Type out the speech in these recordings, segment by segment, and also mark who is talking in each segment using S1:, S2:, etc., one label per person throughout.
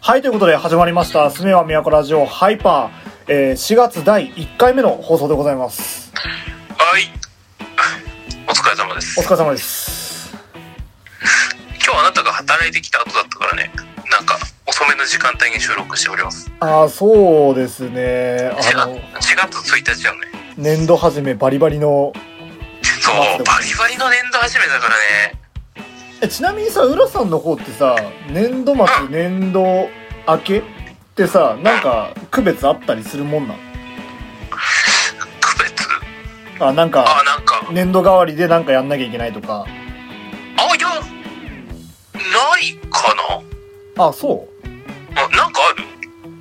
S1: はい、ということで始まりました、すめは都ラジオハイパー、えー、4月第1回目の放送でございます。
S2: はい。お疲れ様です
S1: お。疲れ様です。
S2: 今日あなたが働いてきた後だったからね、なんか遅めの時間帯に収録しております。
S1: あー、そうですね。
S2: 4
S1: あ
S2: 月
S1: の、
S2: 4月1日よね。
S1: 年度始めバリバリの。
S2: そう
S1: 待って、
S2: バリバリの年度始めだからね。
S1: え、ちなみにさ、浦さんの方ってさ、年度末、年度明けってさ、なんか区別あったりするもんなん
S2: 区別
S1: あ、なん
S2: あ、
S1: か、
S2: なんか、あ、
S1: 年度代わりでなんかやんなきゃいけないとか。
S2: いや、ないか
S1: あ、そ
S2: なあなんかある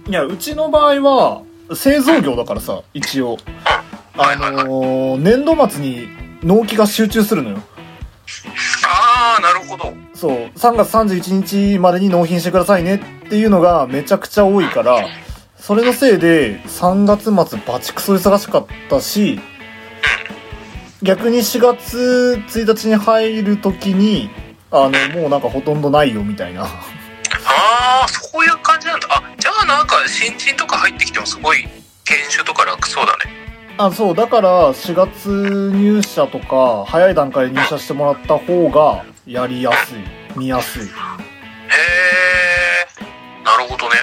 S1: ういや、うちの場合は、製造業だからさ、一応。
S2: は
S1: あ
S2: いはいはい
S1: のー年度末に納期が集中するのよ。
S2: ああ、なるほど。
S1: そう、3月31日までに納品してくださいねっていうのがめちゃくちゃ多いから、それのせいで3月末バチクソ忙しかったし、逆に4月1日に入るときに、あの、もうなんかほとんどないよみたいな。
S2: ああ、そういう感じなんだ。あ、じゃあなんか新人とか入ってきてもすごい研修とか楽そうだね。
S1: あ、そう、だから4月入社とか、早い段階で入社してもらった方がやりやすい、見やすい。
S2: へえ、なるほどね。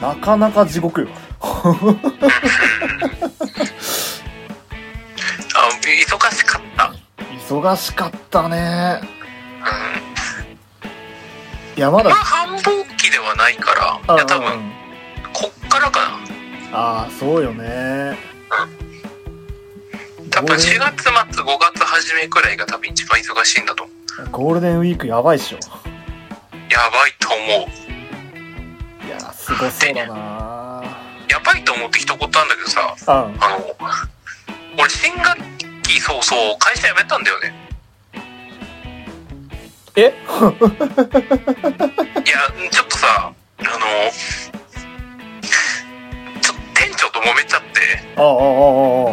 S1: なかなか地獄よ。
S2: あ忙しかった。うん。
S1: 忙しかったね。いや、ま
S2: まあ
S1: だ、
S2: 繁忙期ではないから、いや多分
S1: ん。
S2: こっからかな。
S1: ああそうよね
S2: 多
S1: ゴー
S2: 分
S1: ルデン
S2: 4月末、5月初めくらいが多分一番忙しいんだと思う。
S1: ゴールデンウィークやばいっしょ
S2: やばいと思う。
S1: いやーすごそうだな
S2: やばいと思って一言あるんだけどさ、
S1: あ
S2: あの、俺新学期早々会社辞めたんだよね。
S1: え
S2: いや、ちょっとさ、あの、ちょっと店長と揉めちゃって、
S1: あああああ
S2: うん。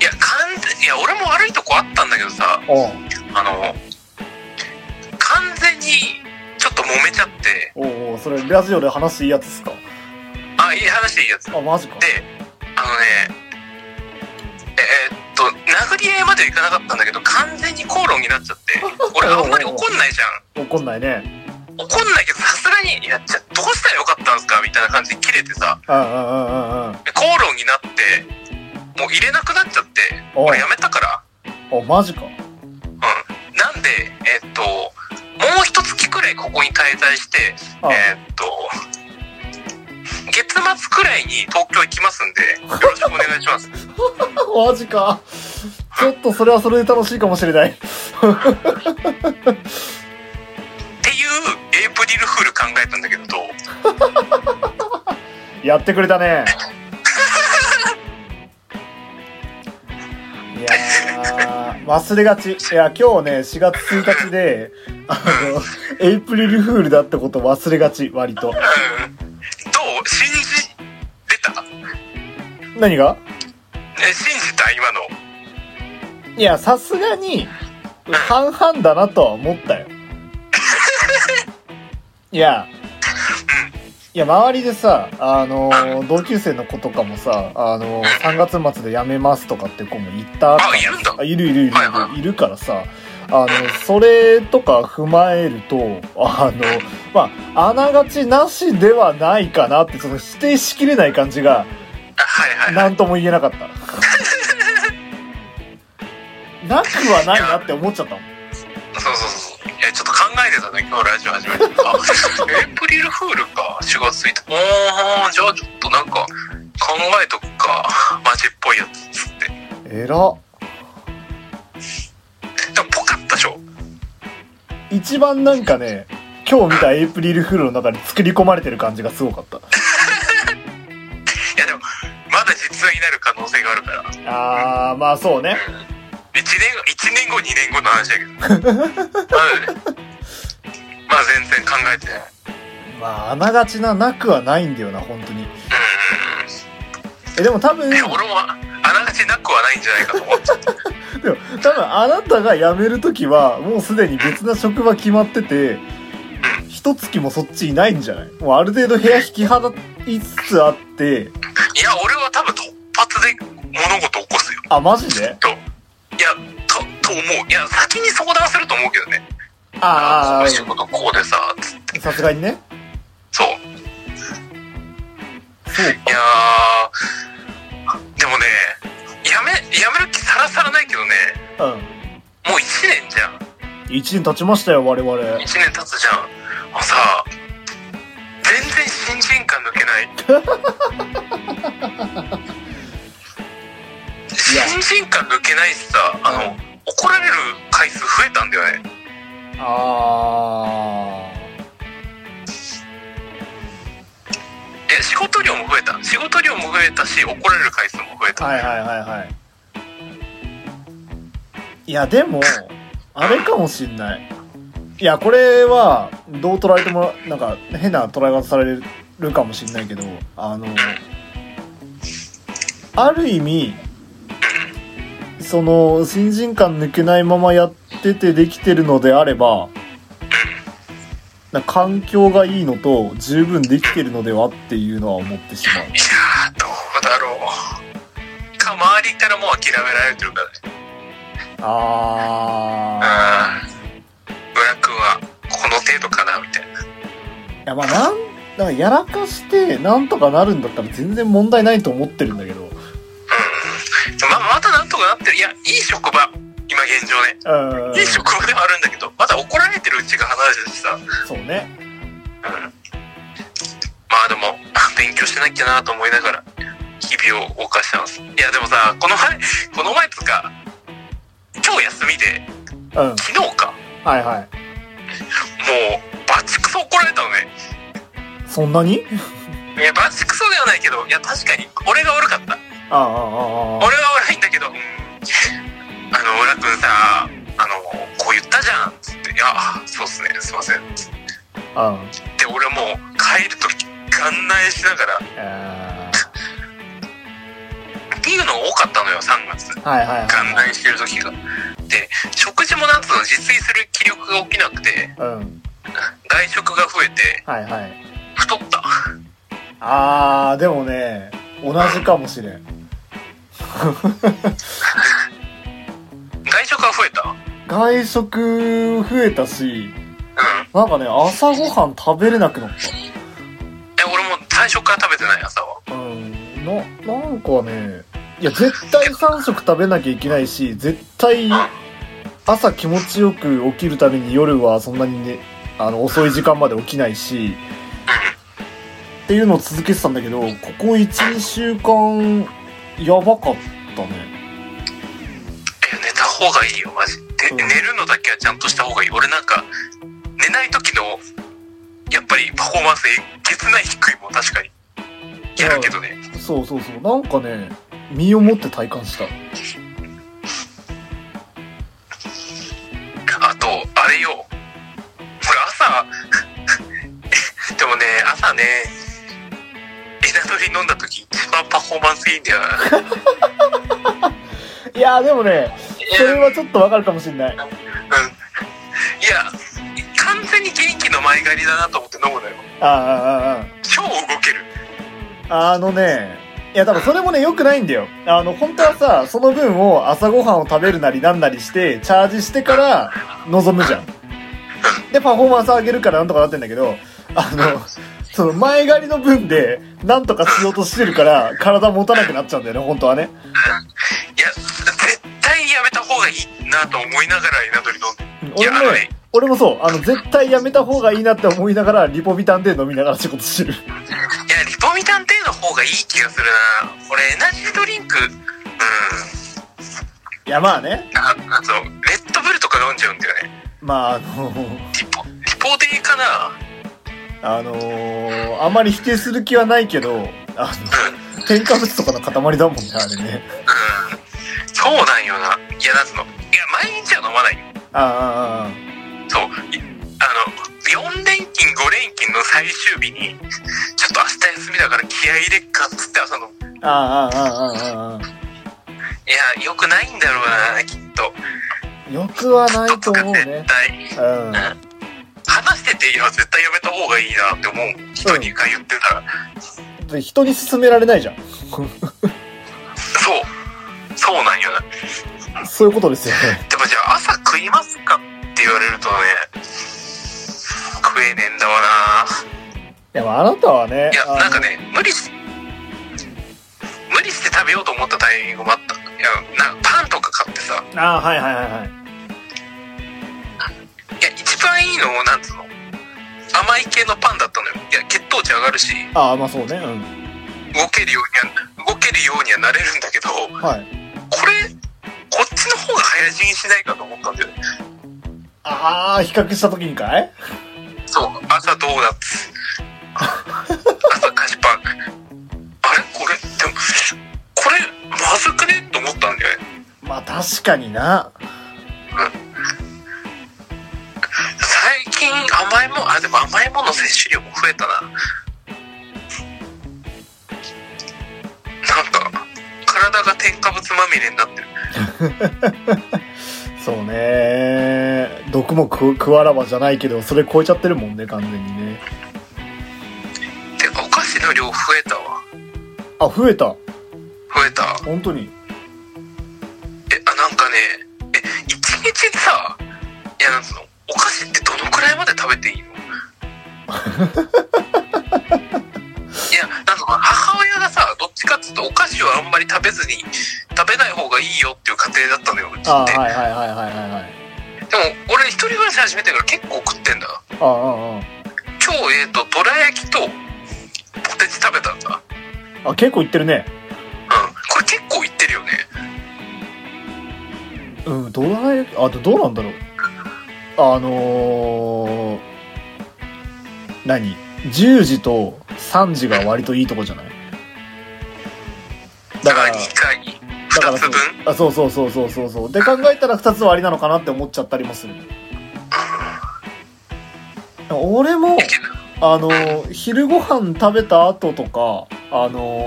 S2: いや、完全、いや、俺も悪いとこあったんだけどさ、
S1: あああ
S2: あの、完全にちょっと揉めちゃって、
S1: おうおうそれラジオで話すいいやつっすか
S2: あ、いい話でいいやつ。で、
S1: あマジか
S2: あのね、ええーっと、殴り合いまではいかなかったんだけど、完全に口論になっちゃって、俺あんまり怒んないじゃん。
S1: 怒んないね
S2: 怒んないけど、さすがに、いや、じゃあどうしたらよかったんですかみたいな感じで切れてさ、
S1: うんうんうんうんうん
S2: 口論になって、もう入れなくなっちゃって、
S1: おう
S2: 俺やめたから、
S1: あマジか
S2: うん。なんで、えーっと、もう一月くらいここに滞在して、
S1: あ
S2: えーっと、月末くらいに東京行きますんで、よろしくお願いします。
S1: マジかちょっとそれはそれで楽しいかもしれない
S2: っていうエイプリルフール考えたんだけどどう
S1: やってくれたねいやー忘れがちいや今日ね4月1日であのエイプリルフールだってこと忘れがち割と
S2: うんどう信じてた
S1: 何が
S2: え信じた今の
S1: いやさすがに半々だなとは思ったよ いやいや周りでさあの同級生の子とかもさあの3月末で辞めますとかって子も言った
S2: あいるんだ
S1: あいるいるいるいる、
S2: はいいはい
S1: るからさあのそれとか踏まえるとあのまああながちなしではないかなってその否定しきれない感じが
S2: あはいはいはい
S1: 何とも言えなかったなくはないなって思っちゃったもん
S2: そうそうそういやちょっと考えてたね今日ラジオ始 めてあエイプリルフールか4月1日おーじゃあちょっとなんか考えとくかマジっぽいやつつって
S1: えら
S2: でもぽかったでしょ
S1: 一番なんかね今日見たエイプリルフールの中に作り込まれてる感じがすごかった
S2: いやでもまだ実話になる可能性があるから
S1: あーまあそうね
S2: 1年一年後2年後の話だけど まだねまあ全然考えてない
S1: まああながちななくはないんだよな本当に
S2: う
S1: えでも多分
S2: んうんうんえ俺もあながちなくはないんじゃないかと思っちゃう
S1: でも多分あなたが辞める時はもうすでに別な職場決まってて一月もそっちいないんじゃないもうある程度部屋引き払いつつあって、
S2: いや、俺は多分突発で物事起こすよ。
S1: あ、マジで
S2: と。いや、と、と思う。いや、先に相談すると思うけどね。
S1: あーあ
S2: そういう仕事こうでさ、つって。
S1: ー、さすがにね。
S2: そう。
S1: そう
S2: いやー、でもね、やめ、やめる気さらさらないけどね、
S1: か。う
S2: もう1年じゃん。
S1: ん。一年経ちましたよ、我々。
S2: 1年経つじゃん。もうさ、全然新人感抜けない。新人感抜けないしさ、あの、怒られる回数増えたんだよね。
S1: あ
S2: え、仕事量も増えた。仕事量も増えたし、怒られる回数も増え
S1: あ
S2: た。
S1: はいはいはいはいいやでもあれかもしんないいやこれはどう捉えてもなんか変な捉え方されるかもしんないけどあのある意味その新人感抜けないままやっててできてるのであればなんか環境がいいのと十分できてるのではっていうのは思ってしまう
S2: いやー、どうだろう。か、周りからもう諦められてるからね。
S1: あー
S2: あーブラ君はこの程度かなみたいない
S1: やまあなんだからやらかしてなんとかなるんだったら全然問題ないと思ってるんだけど
S2: ままたなんとかなってるいやいい職場今現状
S1: う
S2: ね
S1: ん
S2: いい職場ではあるんだけどまだ怒られてるうちが離れてるしさま
S1: そうね
S2: あでもあ勉強しなきゃなと思いながら日々を謳歌したんですいやでもさこの前この前つうか今日休みで
S1: うんはい
S2: 昨日かも
S1: は
S2: うバチクソ怒られたのね
S1: いそんなに
S2: いやバチクソではないけどいや確かに俺が悪かった
S1: あああああ
S2: 俺は悪いんだけど、うん、あの、浦君さ、あの、こう言ったじゃん、つって、いや、そうっすね、すいません、つっ
S1: あうん
S2: て、俺もう帰るとき、眼内しながら、
S1: え
S2: っていうのが多かったのよ、3月。
S1: ーはいはい
S2: 眼
S1: は
S2: 内してるときが。で、食事もなんつうの、自炊する気力が起きなくて、
S1: いうん
S2: 外食が増えて、
S1: はいはい
S2: 太った。
S1: あーでもね同じかもしれん
S2: 外食が増えたうん。
S1: 外食増えたしなんかね朝ごはん食べれなくなっ
S2: え、俺も最初から食べてない、朝は。
S1: たうんななんかねいや絶対3食食べなきゃいけないし絶対朝気持ちよく起きるために夜はそんなにねあの遅い時間まで起きないしっていうのを続けてたんだけどここ12週間やばかったね
S2: いや寝た方がいいよマジで、
S1: うん
S2: 寝るのだけはちゃんとした方がいい俺なんか寝ない時のやっぱりパフォーマンスえげつない低いもん確かにやるけどね
S1: そうそうそうなんかね身をもって体感した
S2: あとあれよこれ朝 でもね朝ねエナドリ飲んだ時一番パフォーマンスいいんだよな
S1: いやーでもねそれはちょっとわかるかもしんない
S2: うんいや完全に元気の前借りだなと思って飲むのよ
S1: ああああああ
S2: 超動ける
S1: あのね、いや多分それもね、良くないんだよ。あの、本当はさ、その分を朝ごはんを食べるなりなんなりして、チャージしてから臨むじゃん。で、パフォーマンス上げるからなんとかなってんだけど、あの、その前借りの分で、なんとかしようとしてるから、体持たなくなっちゃうんだよね、本当はね。
S2: いや絶対やめた方がいいなと思いながらエナドリ飲んで
S1: 俺
S2: いや
S1: も
S2: あの
S1: ね
S2: ね、
S1: 俺もそう、あの、絶対やめた方がいいなって思いながら、リポビタンで飲みながら仕事してる。
S2: いや、リポビタン D の方がいい気がするな。俺、エナジードリンク、うん、
S1: いや、まあね、
S2: ああと、レッドブルとか飲んじゃうんだよね。
S1: まあ、あの、
S2: リポ、リポデーかな
S1: あのー、あんまり否定する気はないけど、あの、
S2: うん、
S1: 添加物とかの塊だもんね、あれね。
S2: うん。そうなんよな。いや、なんつうの。いや、毎日は飲まないよ。
S1: あ
S2: そう。いあの、4連勤、5連勤の最終日に、ちょっと明日休みだから気合い入れっかっつって朝飲む。
S1: あ、ああ、ああ、ああ、ああ、あ
S2: いや、良くないんだろうな、きっと。
S1: あ。よくはないと思う
S2: 絶
S1: ね。
S2: 対。
S1: うん。
S2: 肌話してて、いや、絶対やめた方がいいなって思う。人にが言ってたら、
S1: で人に勧められないじゃん
S2: そう。そうなんよな。
S1: そういうことですよね
S2: でもじゃあ、朝食いますかって言われるとね、食えねえんだわ
S1: でもあなたはね
S2: な。いや、
S1: あの
S2: なんかね、無理し、無理して食べようと思ったタイミングもあった。いや、なパンとか買ってさ、
S1: ああはいはいはいはい
S2: いや、一番いいの、なんつうの甘い系のパンだったのよ。いや、血糖値上がるし、
S1: ああまあそうねうん
S2: 動けるようには、動けるようにはなれるんだけど、
S1: はい
S2: これ、こっちの方が早死にしないかと思ったんだよね。
S1: ああ比較した時にかい
S2: そう、朝ドーナツ。朝菓子パン。あれこれ、でも、これ、まずくねと思ったんだよね。
S1: まあ確かにな
S2: 最近甘いもん、あ、でも甘いもの摂取量も増えたな。なんか、体が添加物まみれになってる。
S1: そうね毒も食食わらばじゃないけどそれ超えちゃってるもんね完全にね
S2: てか、お菓子の量増えたわ。
S1: あ増えた
S2: 増えた。
S1: 本当に
S2: え、あ、なんかね、え、一日でさ、いや、なんつうの、お菓子ってどのくらいまで食べていいのいや、なんか母親がさ、どっちかっつうとお菓子はあんまり食べずに、食べない方がいいよっていう家庭だったのよ、うちって。
S1: ああはいはいはいはいはいはい
S2: でも、俺一人暮らし始めてから結構食ってんだ。
S1: あああ
S2: 今日、えっ、と、どら焼きと、ポテチ食べたんだ。
S1: ああ結構いってるね
S2: うん。これ結構いってるよね。
S1: うんどうなんあとどうなんだろうあのー、何10時と3時が割といいとこじゃないだ
S2: だか
S1: からら
S2: 2回、
S1: だから
S2: 2つ分。
S1: あそうそうそうそうそうそうで考えたら2つ割りなのかなって思っちゃったりもする俺も
S2: いける
S1: あのー昼ご飯食べた後とかあのー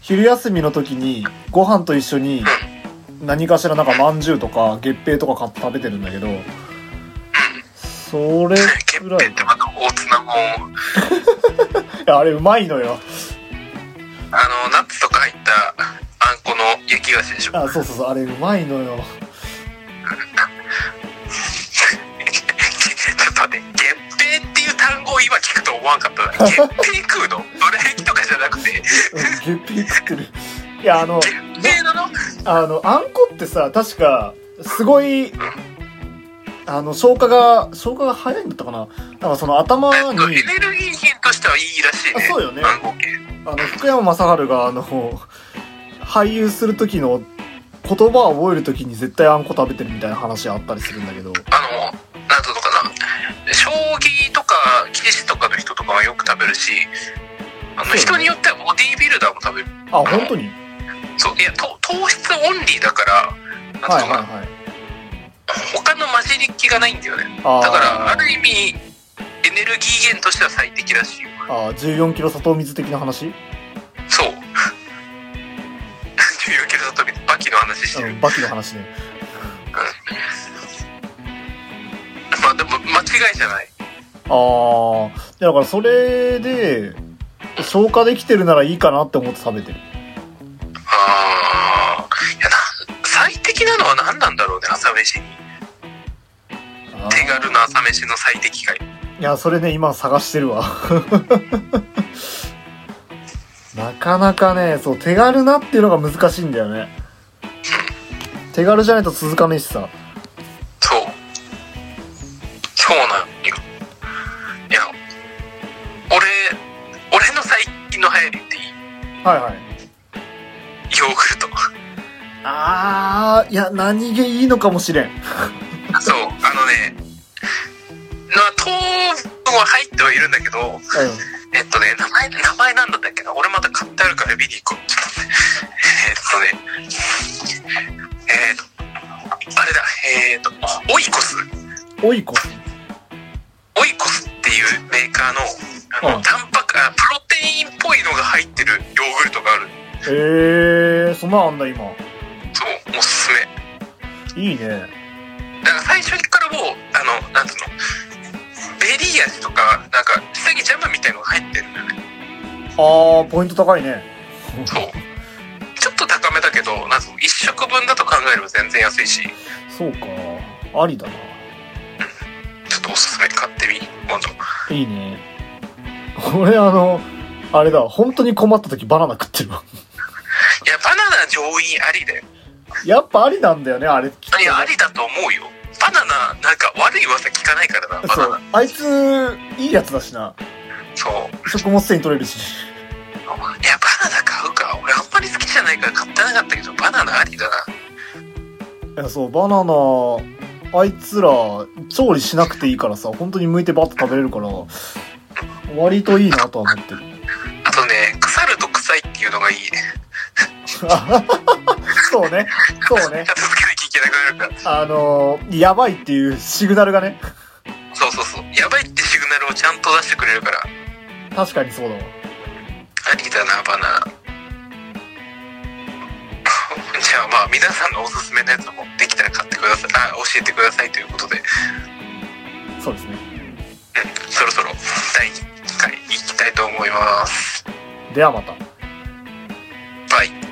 S1: 昼休みの時にご飯と一緒に何かしらなんかまんじゅうとか月餅とか買って食べてるんだけどそれ
S2: ケ
S1: く
S2: ッ
S1: ら
S2: ペン
S1: い
S2: ってまた大綱もん
S1: いやあれうまいのよ
S2: あのナッツとか入ったあんこの焼き菓子でしょ
S1: あそうそうそうあれうまいのよ
S2: ちょっと待って月餅っていう単語を今聞くと思わん かったな月餅食うのどら焼きとかじゃなくて月
S1: うん月餅食ってるいやあの
S2: 餅なの
S1: あの、あんこってさ、確か、すごい、あの、消化が、消化が早いんだったかななんかその頭
S2: えっと
S1: に
S2: エ、ネルギー品としてはいいらしいね
S1: あそうよね
S2: あんこ系
S1: あの、福山雅治が、あの、俳優する時の言葉を覚える時に絶対あんこ食べてるみたいな話あったりするんだけど、
S2: あのなんていうのかな将棋とか棋士とかの人とかはよく食べるしあの
S1: そうね
S2: 人によってはボディービルダーも食べる
S1: あ、本当に
S2: そういやと糖質オンリーだからなん
S1: は
S2: て
S1: い
S2: いうのかな
S1: はいはい。
S2: 他の混じりっ気がないんだよね
S1: あー
S2: だからある意味エネルギー源としては最適らしいよ
S1: あー、14キロ砂糖水的な話
S2: そう言うけどとバキの話して
S1: う
S2: る、
S1: ん、バキの話ね。
S2: まあでも間違いじゃない
S1: ああ、だからそれで、消化できてるならいいかなって思って食べてる。
S2: ああいやな最適なのは何なんだろうね朝飯に
S1: あー
S2: 手軽な朝飯の最適解
S1: いや、それね、今探してるわ。 なかなかね、そう、手軽なっていうのが難しいんだよね。手軽じゃないと続かねえしさ。
S2: そうそうなんよいや俺俺の最近の流行りっていい
S1: はいはい。
S2: ヨーグルト
S1: あー、いや、何気いいのかもしれん。
S2: そう、あのね、まあ、糖分は入ってはいるんだけど、
S1: う
S2: えっとね、名前、名前なんだったっけな俺また買ってあるから見に行こう。ちょっと待って えっとね、えっと、あれだ、えっと、オイコス。
S1: ん。おいこ。
S2: オイコスっていうメーカーの、あの、
S1: うん
S2: タンパク、あ、プロテインっぽいのが入ってるヨーグルトがある。
S1: えー、そんなんあんだ、今。
S2: そう、おすすめ。
S1: いいね。
S2: だから最初からもう、あの、なんつうの、ベチェリー味とか、なんか、下にジャムみたいのが入ってるんだよね。
S1: あー、ポイント高いね。
S2: そう。ちょっと高めだけど、なんか一食分だと考えれば全然安いし、
S1: そうか。ありだな。
S2: ちょっとおすすめ買ってみ、今度。
S1: いいね。俺、あの、あれだ、本当に困った時バナナ食ってるわ。
S2: いや、バナナ上位ありだよ。
S1: やっぱありなんだよね、あれ。
S2: いや、ありだと思うよ。バナナ、なんか悪い噂聞かないからな、バ
S1: そ
S2: ナ
S1: う
S2: ナ。。
S1: あいつ、いいやつだしな。
S2: そう。
S1: 食物繊維取れるし。
S2: いや、バナナ買うか。俺あんまり好きじゃないから買ってなかったけど、バナナありだな。
S1: いや、そう、バナナ、あいつら、調理しなくていいからさ、本当に剥いてバッと食べれるから、割といいなとは思ってる。
S2: あとね、腐ると臭いっていうのがいいね。
S1: そうね。そうね。
S2: 片付けなきゃいけなくなるか
S1: あのー、やばいっていうシグナルがね。
S2: ら。そうそうそう。やばいってシグナルをちゃんと出してくれるから。
S1: 確かにそうだわ。
S2: ありだな、バナナ。 じゃあまあ皆さんのおすすめのやつもできたら買ってくださいあ教えてくださいということで、
S1: そうですね。
S2: うん、そろそろ第1回いきたいと思います
S1: ではまた。
S2: バイ